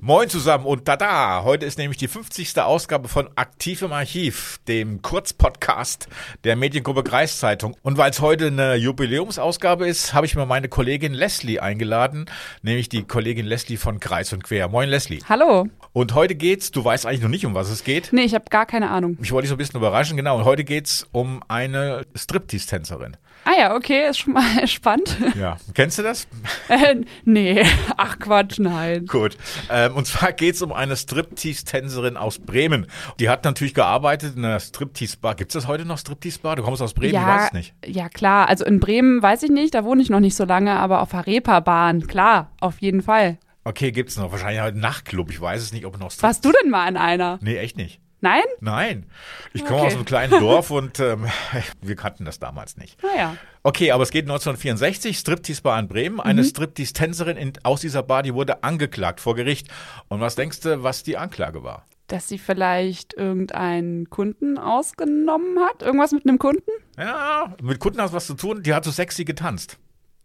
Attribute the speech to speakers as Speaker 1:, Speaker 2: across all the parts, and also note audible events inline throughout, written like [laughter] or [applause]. Speaker 1: Moin zusammen und tada! Heute ist nämlich die 50. Ausgabe von Aktiv im Archiv, dem Kurzpodcast der Mediengruppe Kreiszeitung. Und weil es heute eine Jubiläumsausgabe ist, habe ich mir meine Kollegin Leslie eingeladen, nämlich die Kollegin Leslie von Kreis und Quer. Moin Leslie.
Speaker 2: Hallo.
Speaker 1: Und heute geht's, du weißt eigentlich noch nicht, um was es geht.
Speaker 2: Nee, ich habe gar keine Ahnung.
Speaker 1: Ich wollte dich so ein bisschen überraschen, genau. Und heute geht's um eine Striptease-Tänzerin.
Speaker 2: Ah ja, okay, ist schon mal [laughs] spannend.
Speaker 1: Ja. Kennst du das?
Speaker 2: Äh, nee, ach Quatsch, nein.
Speaker 1: Gut. Ähm, und zwar geht's um eine Striptease-Tänzerin aus Bremen. Die hat natürlich gearbeitet in einer Striptease-Bar. Gibt's das heute noch Striptease-Bar? Du kommst aus Bremen, ich weiß es nicht.
Speaker 2: ja, klar. Also in Bremen weiß ich nicht, da wohne ich noch nicht so lange, aber auf Arepa-Bahn, klar, auf jeden Fall.
Speaker 1: Okay, gibt's noch. Wahrscheinlich halt einen Nachtclub. Ich weiß es nicht, ob noch Strip
Speaker 2: Warst du denn mal an einer?
Speaker 1: Nee, echt nicht.
Speaker 2: Nein?
Speaker 1: Nein. Ich komme
Speaker 2: Okay.
Speaker 1: aus einem kleinen Dorf und ähm, [laughs] wir kannten das damals nicht.
Speaker 2: Naja.
Speaker 1: Okay, aber es geht 1964, Striptease-Bar in Bremen. Eine
Speaker 2: Mhm.
Speaker 1: Striptease-Tänzerin in- aus dieser Bar, die wurde angeklagt vor Gericht. Und was denkst du, was die Anklage war?
Speaker 2: Dass sie vielleicht irgendeinen Kunden ausgenommen hat? Irgendwas mit einem Kunden?
Speaker 1: Ja, mit Kunden hat was zu tun. Die hat so sexy getanzt.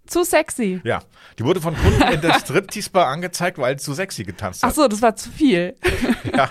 Speaker 2: Zu sexy.
Speaker 1: Ja, die wurde von Kunden in der Striptease-Bar angezeigt, weil sie zu sexy getanzt
Speaker 2: Ach
Speaker 1: hat.
Speaker 2: so, das war zu viel.
Speaker 1: [laughs] Ja,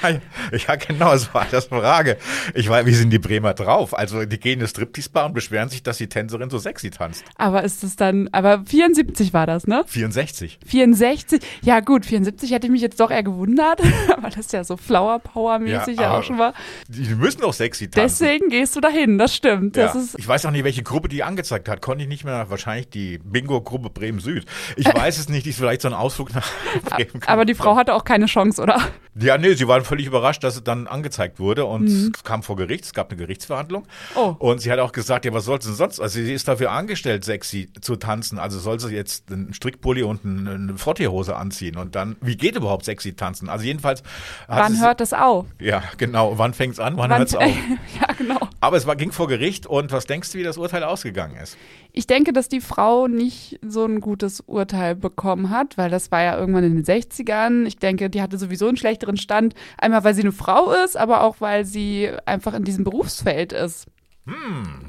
Speaker 1: ja, genau, das war das Frage. Ich weiß, wie sind die Bremer drauf? Also, die gehen in eine Striptease-Bar und beschweren sich, dass die Tänzerin so sexy tanzt.
Speaker 2: Aber ist es dann, aber 74 war das, ne?
Speaker 1: 64.
Speaker 2: 64, ja gut, 74 hätte ich mich jetzt doch eher gewundert, [laughs] weil das ja so Flower Power mäßig
Speaker 1: Ja,
Speaker 2: ja,
Speaker 1: aber- also
Speaker 2: auch schon war.
Speaker 1: Die müssen doch sexy tanzen.
Speaker 2: Deswegen gehst du dahin, das stimmt. Das
Speaker 1: ja.
Speaker 2: ist
Speaker 1: ich weiß auch nicht, welche Gruppe die angezeigt hat. Konnte ich nicht mehr, wahrscheinlich die Bingo-Gruppe Bremen Süd.
Speaker 2: [laughs]
Speaker 1: Ich weiß es nicht, die ist vielleicht so ein Ausflug nach Bremen.
Speaker 2: aber die Frau hatte auch keine Chance, oder?
Speaker 1: Ja, nee, sie waren völlig überrascht, dass sie dann angezeigt wurde und es kam vor Gericht. Es gab eine Gerichtsverhandlung.
Speaker 2: Mhm. Oh.
Speaker 1: Und sie hat auch gesagt, ja, was soll sie denn sonst? Also, sie ist dafür angestellt, sexy zu tanzen. Also, soll sie jetzt einen Strickpulli und eine eine Frottierhose anziehen und dann, wie geht überhaupt sexy tanzen? Also, jedenfalls. Hat
Speaker 2: Wann
Speaker 1: sie-
Speaker 2: hört das auf?
Speaker 1: Ja, genau. Wann fängt's an? Wann,
Speaker 2: Wann- [laughs]
Speaker 1: hört's auf?
Speaker 2: ja, genau.
Speaker 1: Aber es war, ging vor Gericht und was denkst du, wie das Urteil ausgegangen ist?
Speaker 2: Ich denke, dass die Frau nicht so ein gutes Urteil bekommen hat, weil das war ja irgendwann in den 60ern. Ich denke, die hatte sowieso einen schlechteren Stand. Einmal, weil sie eine Frau ist, aber auch, weil sie einfach in diesem Berufsfeld ist.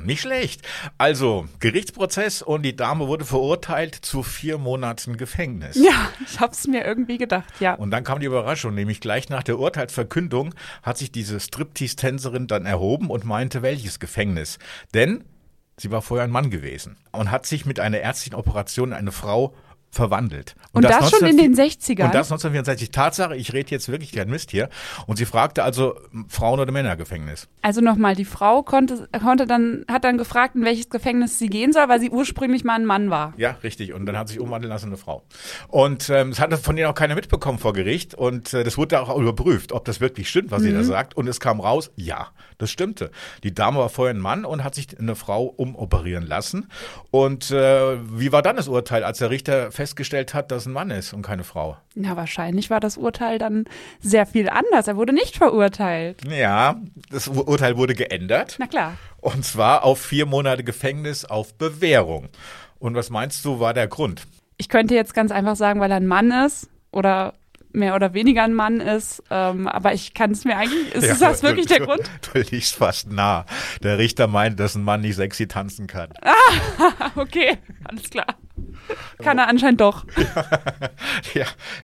Speaker 1: Nicht schlecht. Also, Gerichtsprozess und die Dame wurde verurteilt zu vier Monaten Gefängnis.
Speaker 2: Ja, ich hab's mir irgendwie gedacht, ja.
Speaker 1: Und dann kam die Überraschung, nämlich gleich nach der Urteilsverkündung hat sich diese Striptease-Tänzerin dann erhoben und meinte, welches Gefängnis. Denn sie war vorher ein Mann gewesen und hat sich mit einer ärztlichen Operation in eine Frau verwandelt.
Speaker 2: Und, das, schon
Speaker 1: 1904
Speaker 2: in den 60ern.
Speaker 1: Und das 1964. Tatsache, ich rede jetzt wirklich kein Mist hier. Und sie fragte also, Frauen- oder Männergefängnis?
Speaker 2: Also nochmal, die Frau konnte, konnte dann, hat dann gefragt, in welches Gefängnis sie gehen soll, weil sie ursprünglich mal ein Mann war.
Speaker 1: Ja, richtig. Und dann hat sich umwandeln lassen eine Frau. Und ähm, es hatte von denen auch keiner mitbekommen vor Gericht. Und äh, das wurde auch überprüft, ob das wirklich stimmt, was sie da sagt. Und es kam raus, ja, das stimmte. Die Dame war vorher ein Mann und hat sich eine Frau umoperieren lassen. Und äh, wie war dann das Urteil, als der Richter festgestellt hat, dass ein Mann ist und keine Frau?
Speaker 2: Na, wahrscheinlich war das Urteil dann sehr viel anders. Er wurde nicht verurteilt.
Speaker 1: Ja, das Ur- Urteil wurde geändert.
Speaker 2: Na klar.
Speaker 1: Und zwar auf vier Monate Gefängnis auf Bewährung. Und was meinst du, war der Grund?
Speaker 2: Ich könnte jetzt ganz einfach sagen, weil er ein Mann ist oder mehr oder weniger ein Mann ist, ähm, aber ich kann es mir eigentlich, ist
Speaker 1: [laughs] Ja,
Speaker 2: das
Speaker 1: du-
Speaker 2: wirklich der
Speaker 1: du,
Speaker 2: Grund?
Speaker 1: Du liegst fast nah. Der Richter meint, dass ein Mann nicht sexy tanzen kann.
Speaker 2: Ah, [laughs] Okay, alles klar. Kann er anscheinend doch.
Speaker 1: Ja,